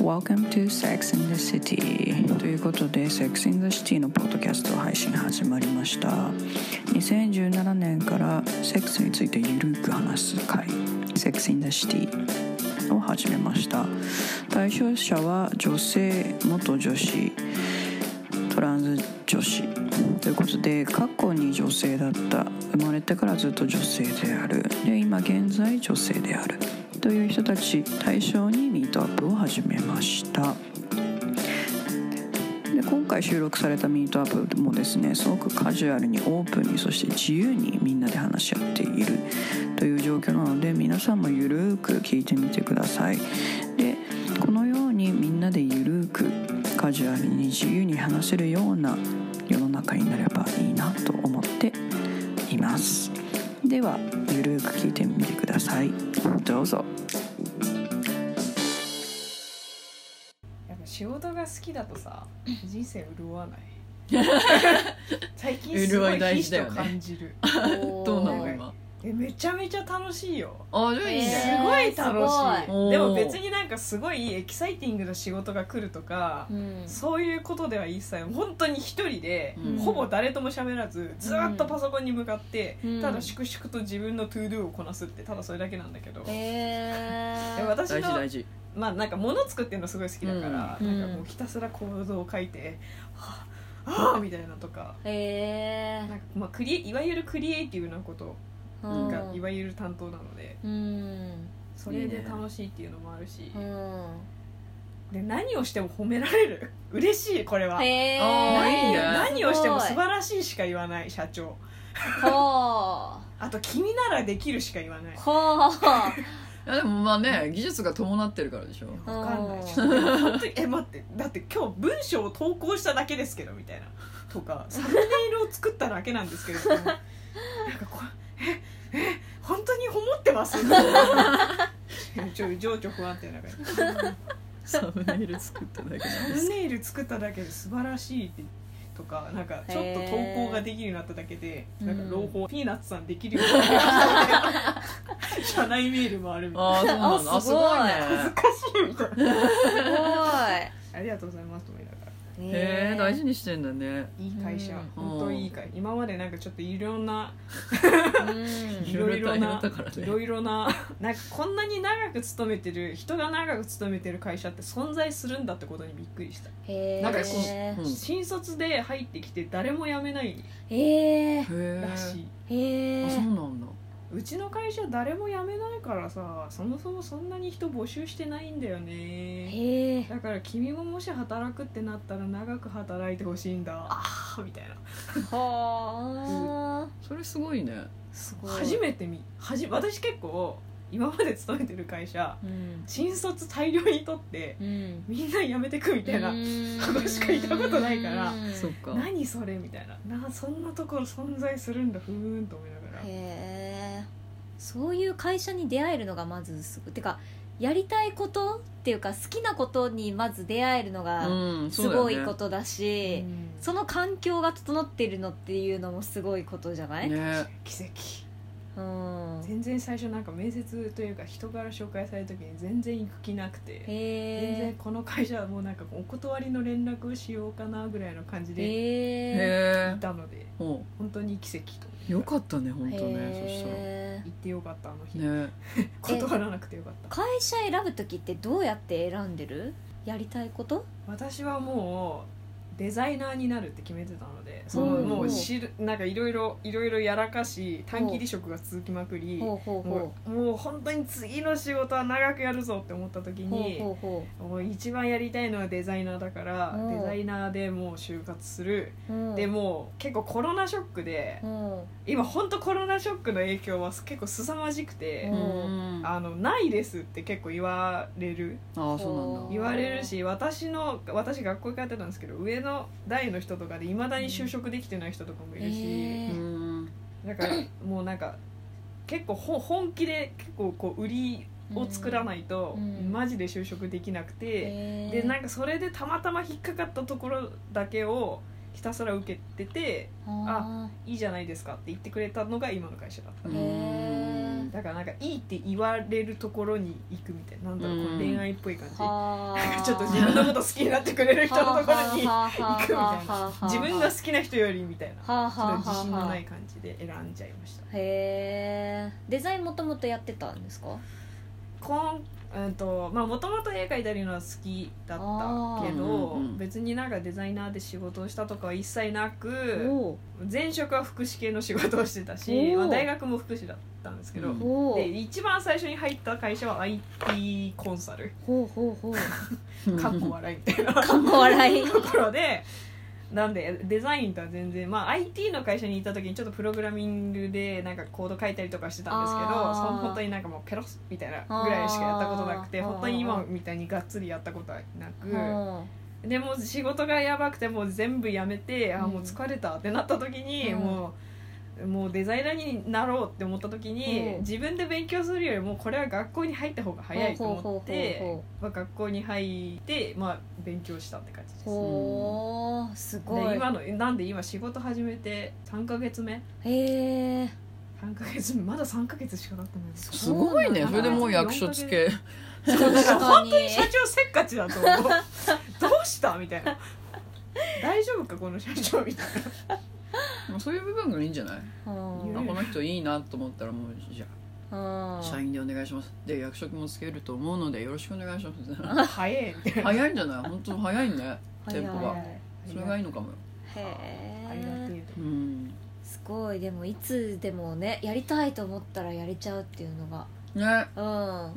Welcome to Sex in the City ということで Sex in the City のポッドキャスト配信始まりました2017年からセックスについてゆるく話す会 Sex in the City を始めました対象者は女性元女子トランス女子ということで過去に女性だった生まれてからずっと女性であるで今現在女性であるという人たち対象にミートアップを始めましたで今回収録されたミートアップもですねすごくカジュアルにオープンにそして自由にみんなで話し合っているという状況なので皆さんもゆるーく聞いてみてくださいでこのようにみんなでゆるーくカジュアルに自由に話せるような世の中になればいいなと思っていますではゆるーく聞いてみてくださいどうぞやっぱ仕事が好きだとさ人生潤わない 最近すご潤いい大事だよ人ね感じる、どうなのなんか今えめちゃめちゃ楽しいよあじゃあいいね、すごい楽しすいごいでおもー別になんかすごいエキサイティングな仕事が来るとか、うんそういうことでは一切本当に一人で、うんほぼ誰とも喋らずずーっとパソコンに向かって、うんただ粛々と自分のトゥードゥをこなすってただそれだけなんだけど、えでー、私大事の大事まあなんか物作ってるのすごい好きだから、うんなんかもうひたすらコードを書いて「はあはあ」みたいなのとかえなんか、まあ、クリエいわゆるクリエイティブなことー、なんがうんいわゆる担当なのでうんそれで楽しいっていうのもあるしうんで何をしても褒められる 嬉しいこれはへえあーいいね何をしても素らし晴らしいしか言わない社長いほあと君ならできるしか言わないうほういやでもまあね技術が伴ってるからでしょわかんないうん本当にえ待ってだって今日文章を投稿しただけですけどみたいなとかサムネイルを作っただけなんですけど なんかこうええ本当に思ってますちょ情緒不安定な感じサムネイル作っただけサムネイル作っただけで素晴らしいってとかなんかちょっと投稿ができるようになっただけでへーなんか朗報、ピーナッツさんできるようになりましたね 社内メールもあるみたいな ああそうなんだああすすごいごい恥ずねかしい みたいなすごありがとうございますと思いながらいへえ大事にしてんだねいい会社、うん本当にいい会今までなんかちょっといろんなうんいろいろな大変だったからいねろいろな なんかこんなに長く勤めてる人が長く勤めてる会社って存在するんだってことにびっくりした、へえなんかこうん新卒で入ってきて誰も辞めないへえへらしい、へえあそうえなんだうちの会社誰も辞めないからさそもそもそんなに人募集してないんだよねへえだから君ももし働くってなったら長く働いてほしいんだみたいなはあそれすごいねすごい初めて見はじ私結構今まで勤めてる会社うん新卒大量に取ってうんみんな辞めてくみたいな、うんしかいたことないからうんそっか何それみたいななそんなところ存在するんだふーんと思いながらへえそういう会社に出会えるのがまずすごいてかやりたいことっていうか好きなことにまず出会えるのがうんすそうごだよいねことだし、うんその環境が整ってるのっていうのもすごいことじゃない、ね奇跡うん、へ全然最初なんか面接というか人から紹介された時に全然行く気なくて全然えこの会社はもうなんかお断りの連絡をしようかなぐらいの感じでいへえへえたのでお本当に奇跡とよかったね本当ねそしたらへえ行ってよかったあの日、ね断らなくてよかった会社選ぶ時ってどうやって選んでるやりたいこと私はもうデザイナーになるって決めてたのでそううんもう知るなんかいろいろいろいろやらかし短期離職が続きまくりほうほうほもうもう本当に次の仕事は長くやるぞって思った時うほうにほうほもう一番やりたいのはデザイナーだからうんデザイナーでもう就活する、ううんでもう結構コロナショックでうん今本当コロナショックの影響は結構凄まじくてうう、んああのないですって結構言われるあそうなんおだー言われるし私の私学校通ってたんですけど上の代の人とかでいまだに就職できてない人とかもいるし、へえうんだからもうなんか結構ほ本気で結構こう売りを作らないと、うんマジで就職できなくて。へえでなんかそれでたまたま引っかかったところだけをひたすら受けててあいいじゃないですかって言ってくれたのが今の会社だったうへえんだからなんかいいって言われるところに行くみたいななんだろう、こうんう恋愛っぽい感じはあ ちょっと自分のこと好きになってくれる人のところにはあはあ行くみたいなはあはあ自分が好きな人よりみたいなちはあはょあはあっと自信のはあない感じで選んじゃいましたへえデザインもともとやってたんですかこんうんとまあもともと絵描いたりのは好きだったけど、あーうんうんうん別になんかデザイナーで仕事をしたとかは一切なおくお前職は福祉系の仕事をしてたし、おーまあ、大学も福祉だったんですけど、うんほうで一番最初に入った会社は IT コンサルほうほうほうかっこ笑いみたいなかっこ笑いところでなんでデザインとは全然、まあ、IT の会社にいた時にちょっとプログラミングでなんかコード書いたりとかしてたんですけどあーその本当になんかもうペロスみたいなぐらいしかやったことなくてあー本当に今みたいにがっつりやったことはなくはでもう仕事がやばくてもう全部やめて、あーもう疲れたってなった時に、うんもう。もうデザイナーになろうって思った時に、うん自分で勉強するよりもこれは学校に入った方が早いと思ってほうほうほうほうほまあ学校に入って、まあ、勉強したって感じです。ほうすごでい今のなんで今仕事始めて3ヶ月目へえ3ヶ月目まだ3ヶ月しか経ってないですすごいねそれでもう役所つけ確かに社長せっかちだと思うどうしたみたいな大丈夫かこの社長みたいなもうそういう部分がいいんじゃない、うんあこの人いいなと思ったらもうじゃうんあ社員でお願いしますで役職もつけると思うのでよろしくお願いします 早いみたいな早いんじゃない本当早いね早テいンポがそれがいいのかもよ、ありがへてえうえん、ねすごいでもいつでもねやりたいと思ったらやれちゃうっていうのがうん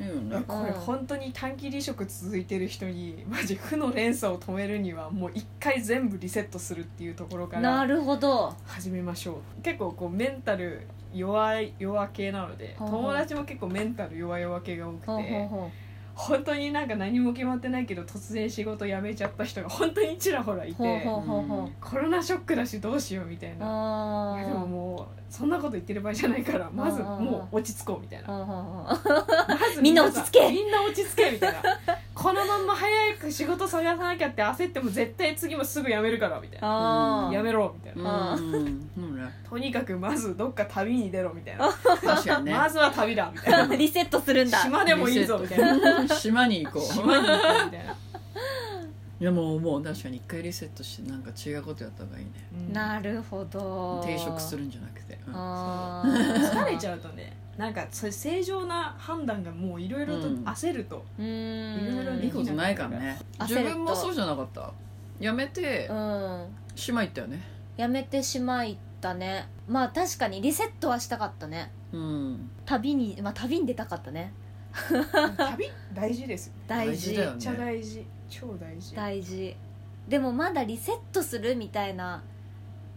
いいよいやねこれ本当に短期離職続いてる人にマジ負の連鎖を止めるにはもう一回全部リセットするっていうところかならるほど始めましょう結構こうメンタル弱い弱系なのでほうほう友達も結構メンタル弱々系が多くほうほうてほ本当になんか何も決まってないけど突然仕事辞めちゃった人が本当にちらほらいうほうてほうほうほうコロナショックだしどうしようみたいな。いあやーでももうそんなこと言ってる場合じゃないからまずうんうんうんもう落ち着こうみたいなほうほうほうまずみんな落ち着けみんな落ち着けみたいなこのまんま早く仕事探さなきゃって焦っても絶対次もすぐ辞めるからみたいなあーやめろみたいなうんうんねとにかくまずどっか旅に出ろみたいな確か にねまずは旅だみたいなリセットするんだ島でもいいぞみたいな島に行こ島に行こうみたいな、ういやもうもう確かに一回リセットしてなんか違うことやった方がいいねなるほど定職するんじゃなくて、うんあ疲れちゃゃうとねなんかそういう正常な判断がもういろいろとうん焦る と、ういろいろーんいいことないからね焦る自と分もそうじゃなかったやめてうん島行ったよねやめてしまいったねまあ確かにリセットはしたかったねうん旅にまあ旅に出たかったね旅大事ですよ大大事事だめよっちゃね大事超大事大事でもまだリセットするみたいな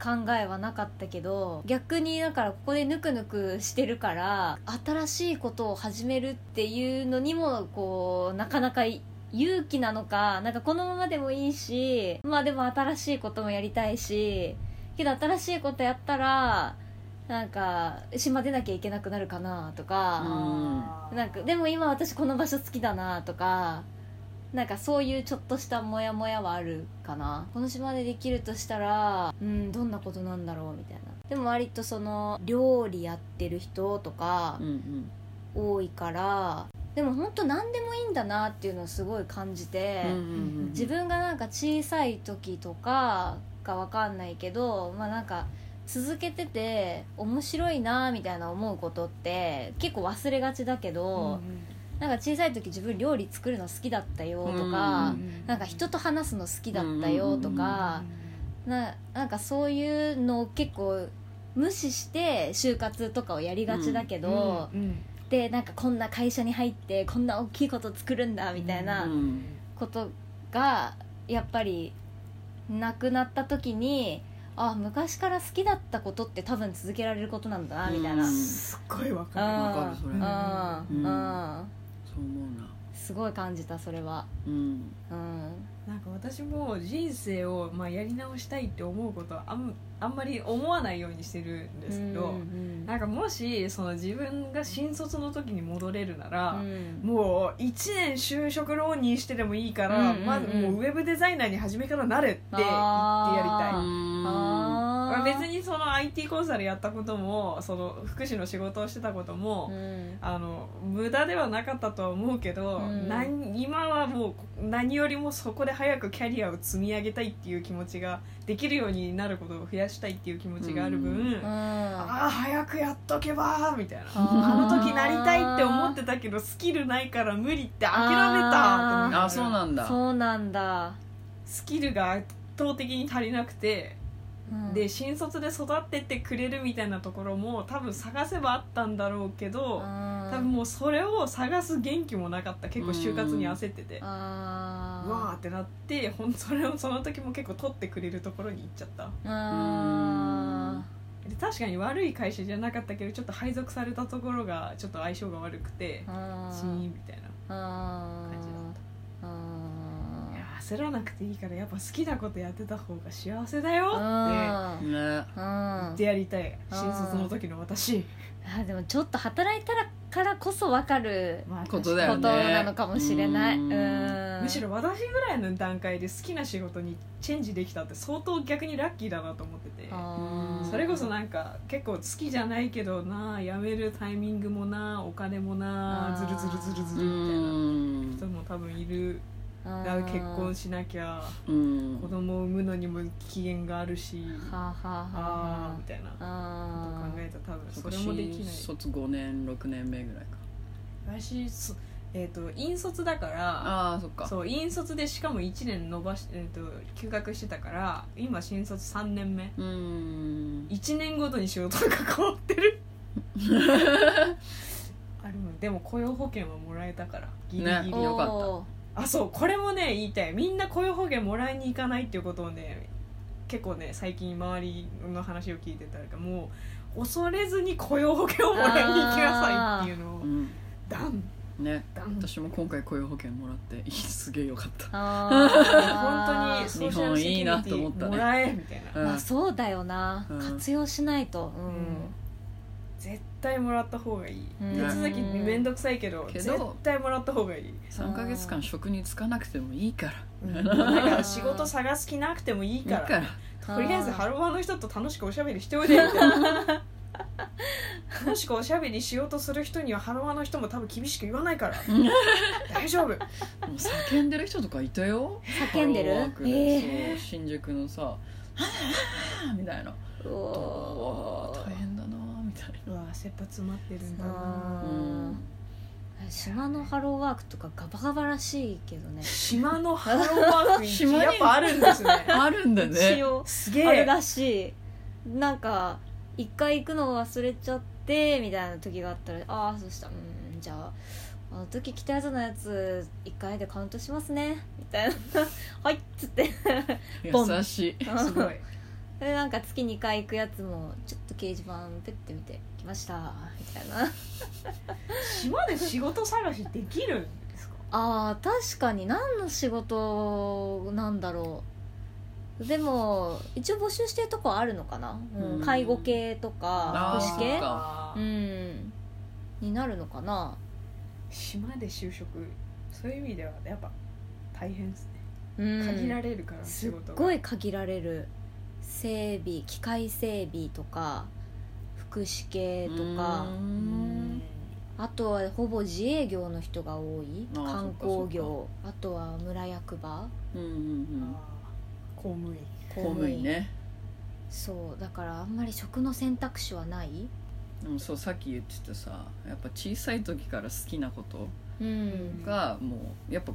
考えはなかったけど逆にだからここでぬくぬくしてるから新しいことを始めるっていうのにもこうなかなかい勇気なのかなんかこのままでもいいしまあでも新しいこともやりたいしけど新しいことやったらなんか島出なきゃいけなくなるかなとか、あーなんかでも今私この場所好きだなとかなんかそういうちょっとしたモヤモヤはあるかなこの島でできるとしたらうんどんなことなんだろうみたいなでも割とその料理やってる人とかうんうん多いからでも本当何でもいいんだなっていうのをすごい感じて、うんうんうん自分がなんか小さい時とかかわかんないけどまあなんか続けてて面白いなみたいな思うことって結構忘れがちだけうんうど、んなんか小さい時自分料理作るの好きだったよとか、うんなんか人と話すの好きだったよとか、ななんかそういうのを結構無視して就活とかをやりがちだけど、うんうんでなんかこんな会社に入ってこんな大きいこと作るんだみたいなううんことがやっぱりなくなった時にあ昔から好きだったことって多分続けられることなんだなみたいな、うんすっごいわかるうんわかるそれうんうんうんそう思うなすごい感じたそれはうんうんなんか私も人生をまあやり直したいって思うことはあんあんまり思わないようにしてるんですけど、うんなんかもしその自分が新卒の時に戻れるなら、うんもう1年就職浪人してでもいいから、うんうんうんまずもうウェブデザイナーに初めからなれって言ってやりたいあーなまあ、別にその IT コンサルやったこともその福祉の仕事をしてたことも、うんあの無駄ではなかったとは思うけど、うん何今はもう何よりもそこで早くキャリアを積み上げたいっていう気持ちができるようになることを増やしたいっていう気持ちがある分、うんうんああ早くやっとけばみたいなああの時なりたいって思っててたけどスキルないから無理って諦めたと思ってあそうなんだそうなんだ、スキルが圧倒的に足りなくてうんで新卒で育ってってくれるみたいなところも多分探せばあったんだろうけど多多分もうそれを探す元気もなかった結構就活に焦っててあうーわーってなってほん それをその時も結構取ってくれるところに行っちゃったあで確かに悪い会社じゃなかったけどちょっと配属されたところがちょっと相性が悪くてーあシーーンみたいなあ感じだったーいやあ焦らなくていいからやっぱ好きなことやってた方が幸せだよってーうんね言うっんてやりたい新卒の時の私あでもちょっと働いたらからこそ分かるまあことだこよとねなのかもしれない、うんうんむしろ私ぐらいの段階で好きな仕事にチェンジできたって相当逆にラッキーだなと思っててあーそれこそなんか結構好きじゃないけどなあ辞めるタイミングもなあお金もなああずーるずるずるずうるみたいなん人も多分いるあだー結婚しなきゃうん子供を産むのにも期限があるしはあはああはあみたいなことあ考あえたら多分それもできない新卒5年6年目ぐらいか私そえっ、と引率だからああそっかそう引率でしかも1年伸ばし、えー、と休学してたから今新卒3年目うーん1年ごとに仕事が変わって るあでもでも雇用保険はもらえたからギリギリ、ねよかったおーあそうこれもね言いたいみんな雇用保険もらいに行かないっていうことをね結構ね最近周りの話を聞いてたらもう恐れずに雇用保険をもらいに行きなさいっていうのをうんダンねダン私も今回雇用保険もらってすげえよかったあ本当にーソーシャルセキュリティもらえみたいな、うんまあそうだよな、うん活用しないと、う絶対もらった方がいい、うん手続き面倒くさいけどけど絶対もらった方がいい、 3ヶ月間職に就かなくてもいいからだから仕事探す気なくてもいいいいからからとりあえずハロワーの人と楽しくおしゃべりしておいでみたいな楽しくおしゃべりしようとする人にはハロワーの人も多分厳しく言わないから大丈夫もう叫んでる人とかいたよ叫んでるハローワークでえそう新宿のさ「みたいな「ううわおー大変だな」みたいなうわ切羽詰まってるんだあなーうん島のハローワークとかガバガバらしいけどね島のハローワーク行き島にやっぱあるんで すねあるんだ 一ね応すげあるえらしいなんか一回行くのを忘れちゃってみたいな時があったらああそうしたうんじゃああの時来たやつのやつ一回でカウントしますねみたいなはいっつってポン優しいすごいでなんか月2回行くやつもちょっと掲示板ペッて見て来ましたみたいな島で仕事探しできるんですかあー確かに何の仕事なんだろうでも一応募集してるとこあるのかな、うんうん介護系とかあー福祉系そっかうんになるのかな島で就職そういう意味ではやっぱ大変ですね、うん限られるからす仕っ事がごい限られる整備機械整備とか福祉系とかうーうんんあとはほぼ自営業の人が多いあー観そっかそ光業あとは村役場うんうんあーうん公務員公公務員ねそうだからあんまり食の選択肢はないでもそうさっき言ってたさやっぱ小さい時から好きなことうんがもうやっぱ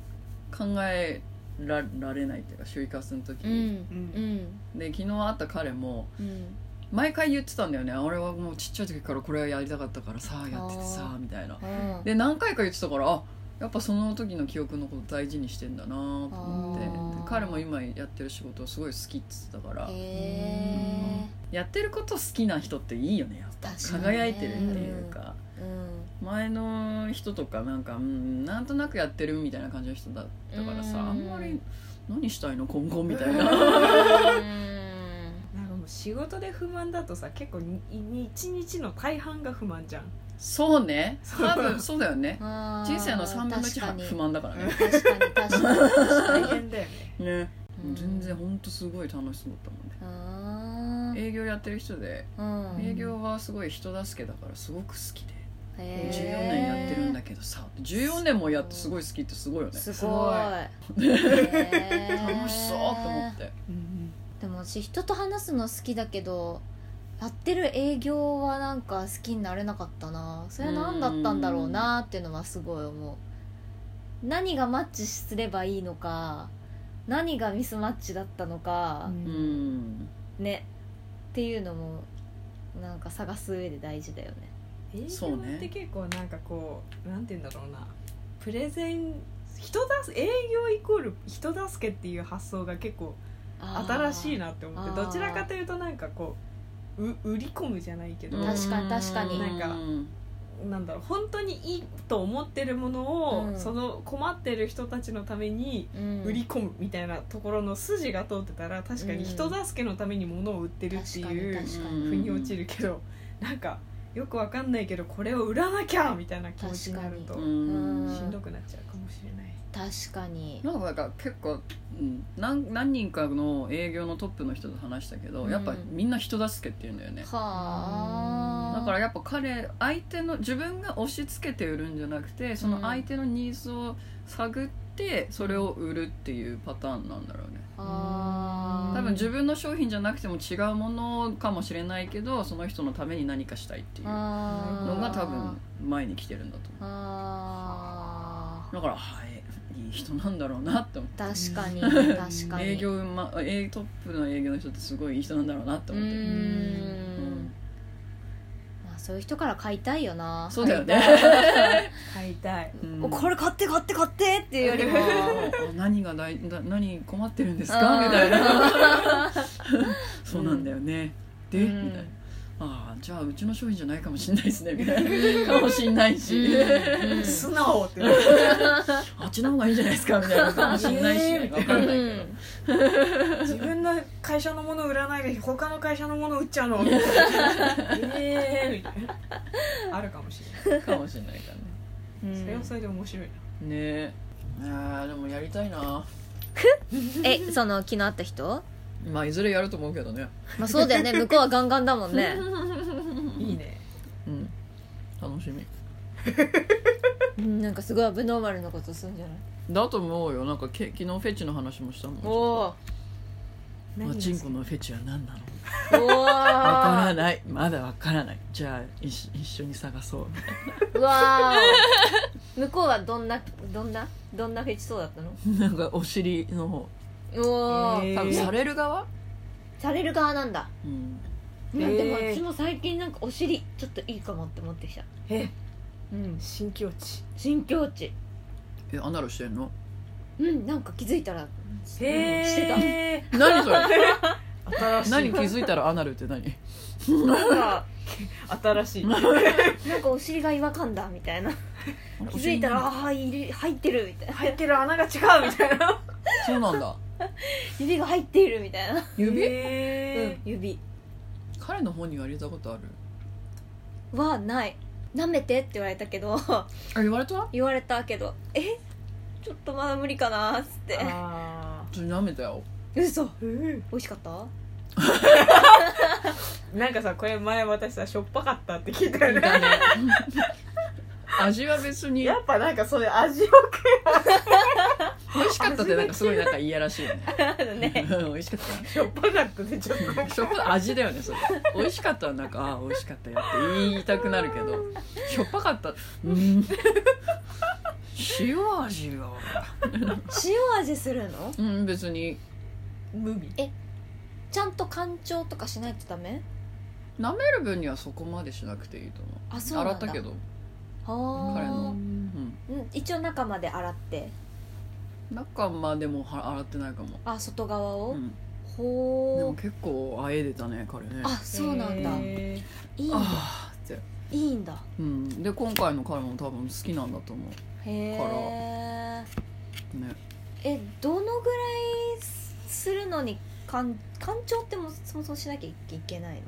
考えらられないっていうか就活の時うに、んうんうんで昨日会った彼もうん毎回言ってたんだよね俺はもうちっちゃい時からこれはやりたかったからさやっててあさーみたいなうんで何回か言ってたからあやっぱその時の記憶のこと大事にしてんだなと思ってあでー彼も今やってる仕事すごい好きっつってたからへえやってること好きな人っていいよねやっぱ確かにね輝いてるっていうか、うん前の人とかなんか、うん、なんとなくやってるみたいな感じの人だったからさうんあんまり何したいの今後みたいな。なんかもう仕事で不満だとさ結構に一日の大半が不満じゃん そうねそう多 分そうだよね人人生の3分の1は不満だからね確かに確かに 確か大に変だよねねうん全然ほんとすごい楽しそうだったもんねあ営業やってる人でうん営業はすごい人助けだからすごく好きでへ14ー年やってるんだけどさ14年もやってすごい好きってすごいよ ねすごいすごへー楽しそうと思ってうんでも私人と話すの好きだけどやってる営業はなんか好きになれなかったなそれは何だったんだろうなっていうのはすごい思う何がマッチすればいいのか何がミスマッチだったのか、ううんんねっていうのもなんか探す上で大事だよね営そう業ねって結構なんかこうなんて言うんだろうなプレゼン人だす営業イコール人助けっていう発想が結構新しいなって思っあてーどちらかというとなんかこうう売り込むじゃないけど、うん確かに確かになんかうんなんだろう本当にいいと思ってるものを、うんその困ってる人たちのためにうん売り込むみたいなところの筋が通ってたら確かに人助けのために物を売ってるっていう確かに腑に落ちるけど、なんかよくわかんないけどこれを売らなきゃみたいな気持ちになるとうしんうんんどくなっちゃうかもしれない。確かになんかなんか結構、うん、何何人かの営業のトップの人と話したけど、うんやっぱみんな人助けって言うんだよねはあだからやっぱ彼相手の自分が押し付けて売るんじゃなくてその相手のニーズを探ってそれを売るっていうパターンなんだろうねあー多分自分の商品じゃなくても違うものかもしれないけどその人のために何かしたいっていうのあーが多分前に来てるんだと思あうだからはいいい人なんだろうなって思ってー確かにうん確かに営業、ま、営トップの営業の人ってすごいいい人なんだろうなってうー思ってん、まあ、そういう人から買いたいよなそうだよね買いたいうんおこれ買って買って買ってっていうよりもあ何が大だ何困ってるんですかうんみたいなそうなんだよね、で、うんみたいなああじゃあうちの商品じゃないかもしんないですねみたいなかもしんないし、うんうん素直ってあっちの方がいいんじゃないですかみたいなかもしんないし、えーわかんないけど、自分の会社のもの売らないで他の会社のもの売っちゃうのええみたいなあるかもしれないかもしんないからねうんそれはそれで面白いなねえあーでもやりたいなえその昨日会った人まあいずれやると思うけどねまあそうだよね向こうはガンガンだもんねいいねうん楽しみうんなんかすごいアブノーマルなことするんじゃないだと思うよなんかけ昨日フェチの話もしたもんちょおっと何パがチンコのフェチは何なのーおわからわないまだわからないじゃあ一緒一緒に探そううわー向こうはどんなどんなどんなフェチそうだったの なんかお尻の方おお、えー多分される側、される側なんだうん、うんえーでも私も最近なんかお尻ちょっといいかもって思ってきたえうん新境地新境地えアナルしてんのうんなんか気づいたらへえして何それた新しい何気づいたらアナルって何なんか新しい なんかお尻が違和感だみたいな気づいたらあああーいる入ってるみたいな入ってる穴が違うみたいなそうなんだ指が入っているみたいな、指、へうん指彼の方に言われたことあるはない舐めてって言われたけど あ言われた言われたけどえちょっとまだ無理かなっつってえあちょっと舐めたよ嘘ーうん美味しかったなんかさこれ前私さしょっぱかったって聞いたよね味は別に やっぱなんかそういう味を美味しかったってなんかすごいなんかいやらしいよねねうん美味しかったしょっぱかったでちょっとしょっぱ味だよねそれ美味しかったはなんかあー美味しかったよって言いたくなるけどしょっぱかったうん塩味が 塩味するのうん別に無味ちゃんと干潮とかしないとダメ舐める分にはそこまでしなくていいと思うあそうな洗っんだたけど、はあ彼のうん、うん一応中まで洗って中までもは洗ってないかも、あ外側を、うん、でもほう結構あえでたね彼ねあそうなんだへいいんだあーっていいんだうんで今回の彼も多分好きなんだと思へえうねえどのぐらいするのに干干潮ってもそもそもしなきゃいけない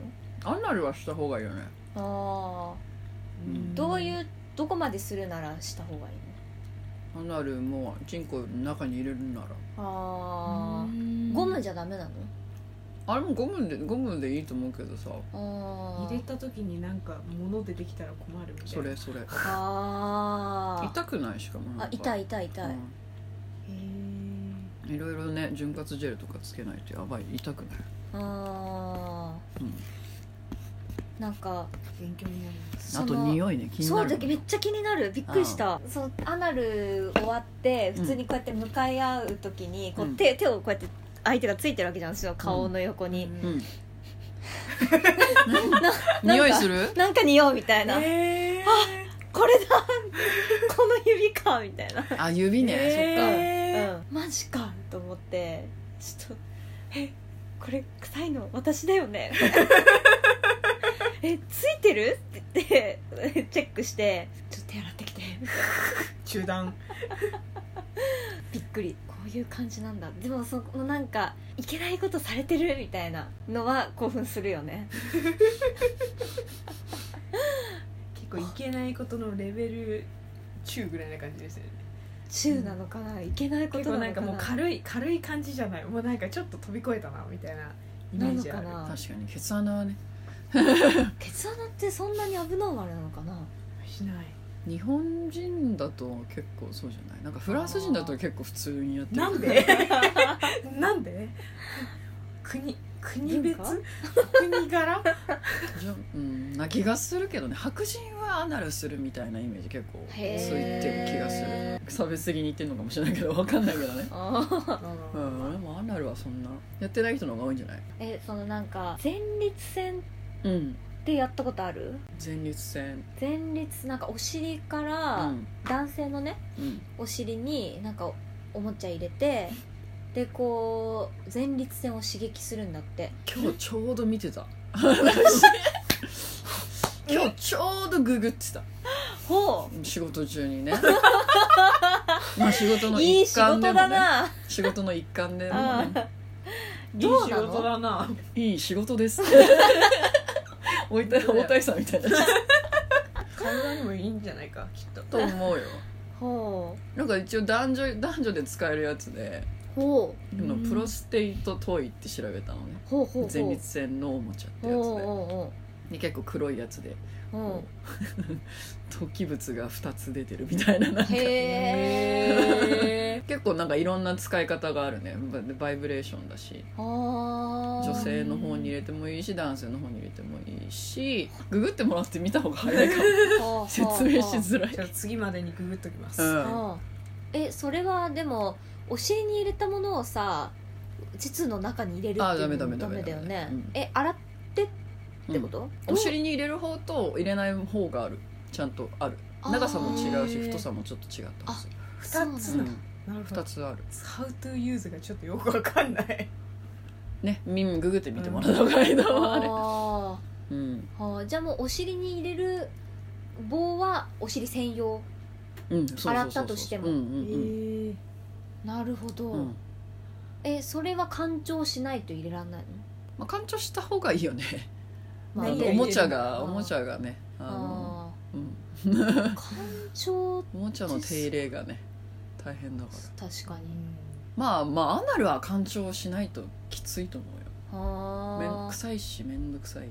アナルはした方がいいよねのああーうんどうういうどこまでするならした方がいいアナルもチンコの中に入れるならのああんゴムじゃダメなのあれもゴムでゴムでいいと思うけどさあ入れた時になんか物出てきたら困るみたいなそれそれあ痛くないしかもああ痛いい痛い痛い、へーいろいろね潤滑ジェルとかつけないとやばい痛くない、あうん、ーなんか勉強になりますそあのと匂いね気にそなうだるけめっちゃ気になるびっくりしたそうアナル終わって普通にこうやって向かい合う時に、こううん手手をこうやって相手がついてるわけじゃん私の顔の横に、ううん ななん匂いかするなんか匂うみたいな、えーこれだこの指かみたいなあ指ね、えうん、マジかと思ってちょっと「えこれ臭いの私だよね」えついてる?」って言ってチェックして「ちょっと手洗ってきて中断」びっくりこういう感じなんだでもそのなんかいけないことされてるみたいなのは興奮するよね結構いけないことのレベル中ぐらいな感じですよね中なのかな、いけないこ結と構ななのんかかなもう軽い軽い感じじゃないもうなんかちょっと飛び越えたなみたいなイメなーのジあかるな確かにケツ穴はねケツ穴ってそんなに危ないあれなのかなしない日本人だと結構そうじゃないなんかフランス人だと結構普通にやってるなんで なんで国国別文国 柄じゃうんな気がするけどね白人はアナルするみたいなイメージ結構ついへーてる気がする差別的に言ってるのかもしれないけどわかんないけどねあーうんでもアナルはそんなやってない人の方が多いんじゃないえそのなんか前立腺うんってやったことある前立腺前立なんかお尻かうらん男性のねうんお尻になんかおもちゃ入れてでこう前立腺を刺激するんだって今日ちょうど見てた今日ちょうどググってたほ仕事中にね まあ仕事のいい一仕環で事もねだな仕事の一環でもねあどどううな事のだないい仕事です おいたおたいさんみたいな体にもいいんじゃないかきっとと思うよほなんか一応男女男女で使えるやつでうほあのプロステイトトイって調べたのねうほうほうほう前立腺のおもちゃってほやうつでほで結構黒いやつでうほこう突起物が2つ出てるみたいななんうかへえ結構なんかいろんな使い方があるねババイブレーションだし女女性の方に入れてもいいし男性の方に入れてもいいしググってもらって見た方が早いかも説明しづらいじゃあ次までにググっときます、うんあーえそれはでもお尻に入れたものをさ膣の中に入れるっていうのあーダメダメダメだよダメねダメうんえ洗ってってこと、どうお尻に入れる方と入れない方があるちゃんとあるあー長さも違うへしー太さもちょっと違ったはずそうな二んだうつなんんだなるほ2どつある How to use がちょっとよくわかんないねみんググって見てもらった方がいいと思うあれあうんーはーじゃあもうお尻に入れる棒はお尻専用うんそうそうそうそう洗ったとしてもうんうえんーなるほど、うんうんえそれは干潮しないと入れられないの、まあ干潮した方がいいよねま何がおいいもちゃがあーおもちゃがねあのあうんー干潮おもちゃの手入れがね大変だから確かうにんまあまあアナルは干潮しないときついと思うよめんあどくーさいしめんどくさい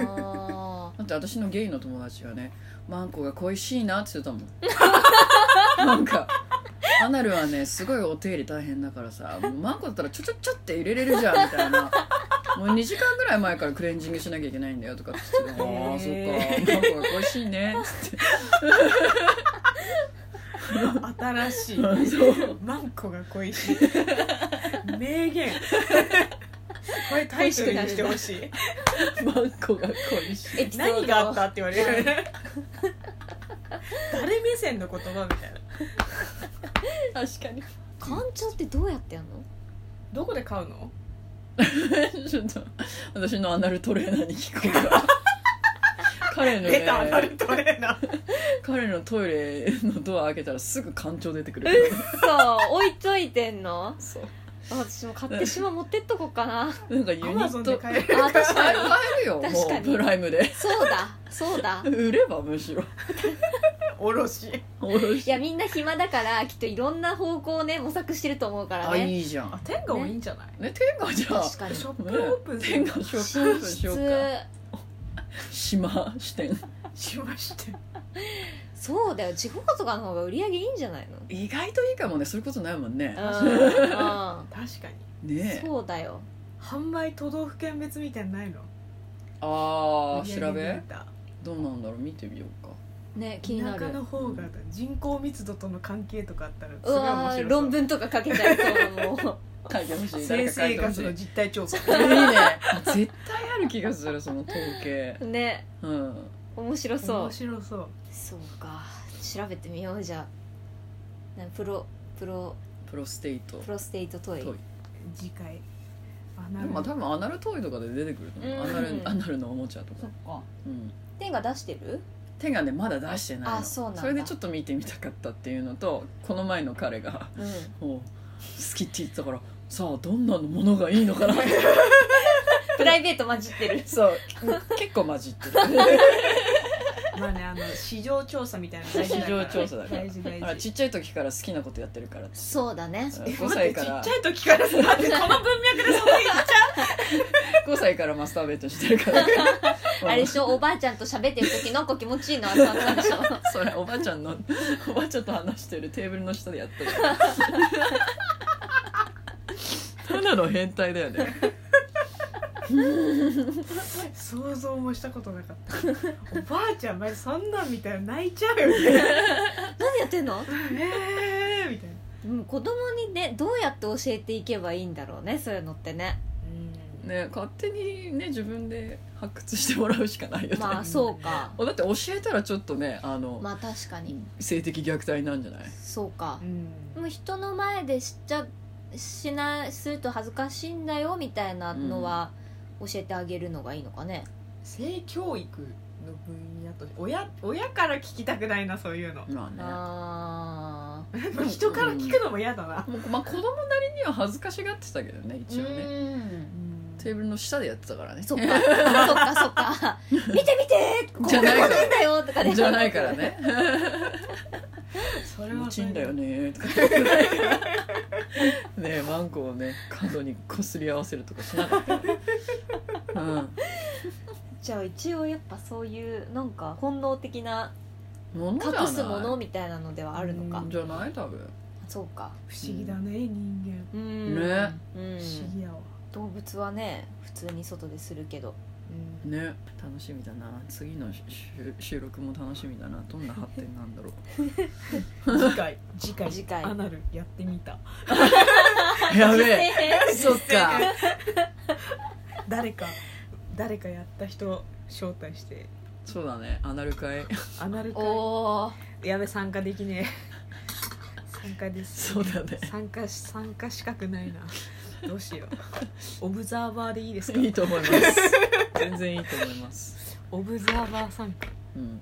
あだって私のゲイの友達がねマンコが恋しいなって言ってたもん なんかアナルはねすごいお手入れ大変だからさもうマンコだったらちょちょちょって入れれるじゃんみたいなもう2時間ぐらい前からクレンジングしなきゃいけないんだよとかって言ってたああへそっかマンコが恋しいねっつって 新しいマンコが恋しい名言これタイトルにしてほしいマンコが恋しいー何があったって言われる誰目線の言葉みたいな確かに干潮ってどうやってやるのどこで買うの ちょっと私のアナルトレーナーに聞こうか な彼の出たアナねルトレーナー彼のトイレのドア開けたらすぐ干潮出てくるそう置いといてんのそう私も買ってしまう持ってっとこうかなあなんかユニアマゾッンでト買える確か買え にるよも確かうプにライムでそうだそうだ売ればむしろおろしおろしいやみんな暇だからきっといろんな方向をね模索してると思うからあねいいじゃんあ天下もいいんじゃない、ね天下じゃあ確かにショ寝ップオープンす天る下ショップオープンしようか室島支店しましてそうだよ地方とかの方が売り上げいいんじゃないの意外といいかもねそういうことないもんねうん、確かにうん、ねえそうだよ販売都道府県別みたいなのないのああ売り上げ調べデータどうなんだろう見てみようかね気にな田舎るの方が人口密度との関係とかあったらすうごい面わ白ーい論文とか書けちゃいそうも書いてほしい誰性か書いてほしい生活の実態調査いいね 絶対ある気がするその統計うねうん面白そう面白そうそうか調べてみようじゃあなプロプロプロステイトプロステイトトイトイ次回あでなるもまあ多分アナルトイとかで出てくると思う、アうんナルアナルのおもちゃとかそっ、かうん、天が出してる手がねまだ出してないのあそうなんだれでちょっと見てみたかったっていうのとこの前の彼がうん「もう好き」って言ってたからさあどんなものがいいのかなプライベート混じってるそう結構混じってるまあねあの市場調査みたいなの大事だか市ら場調査だから大事 大あら事ちっちゃい時から好きなことやってるからってそうだねえ5待っ歳てちかっちらゃい時からさだってこの文脈でそんなに言っちゃ5歳からマスターベートしてるからあれでしょおばあちゃんと喋ってる時なんか気持ちいいなってなったんでしょ それおばあちゃんのおばあちゃんと話してるテーブルの下でやってる ただの変態だよねう想像もしたことなかったおばあちゃん前そんなんみたいな泣いちゃうよね何やってんのえーみたいなうん子供にねどうやって教えていけばいいんだろうねそういうのってねね勝手にね自分で発掘してもらうしかないよね、まあそうかだって教えたらちょっとねあの、まあ確かに性的虐待なんじゃないそうかうんもう人の前でしちゃしないすると恥ずかしいんだよみたいなのは教えてあげるのがいいのかね、性教育の分野として親親から聞きたくないなそういうのまあああ人から聞くのも嫌だなねもうまあ子供なりには恥ずかしがってたけどね一応ねんテーブルの下でやってたからねそっかそっかそ っか見て見てここじゃこないなかんだよとか ねじゃないから ねそ気れ持はちいいんだよねとかねえマンコをね角にこすり合わせるとかしなかったからうんじゃあ一応やっぱそういうなんか本能的なものじゃない隠すものみたいなのではあるのかうんじゃない多分そうか不思議だね人うんね間不うん思議やわ動物はね普通に外でするけどうんね楽しみだな次のし収収録も楽しみだなどんな発展なん だろう次回次回次回アナルやってみたやべええそっか誰か誰かやった人を招待してそうだねアナル会アナル会 おおやべ参加できね え参加ですそうだね参加し参加資格ないなどうしよ うオブザーバーでいいですかいいと思います全然いいと思いますオブザーバー参加うん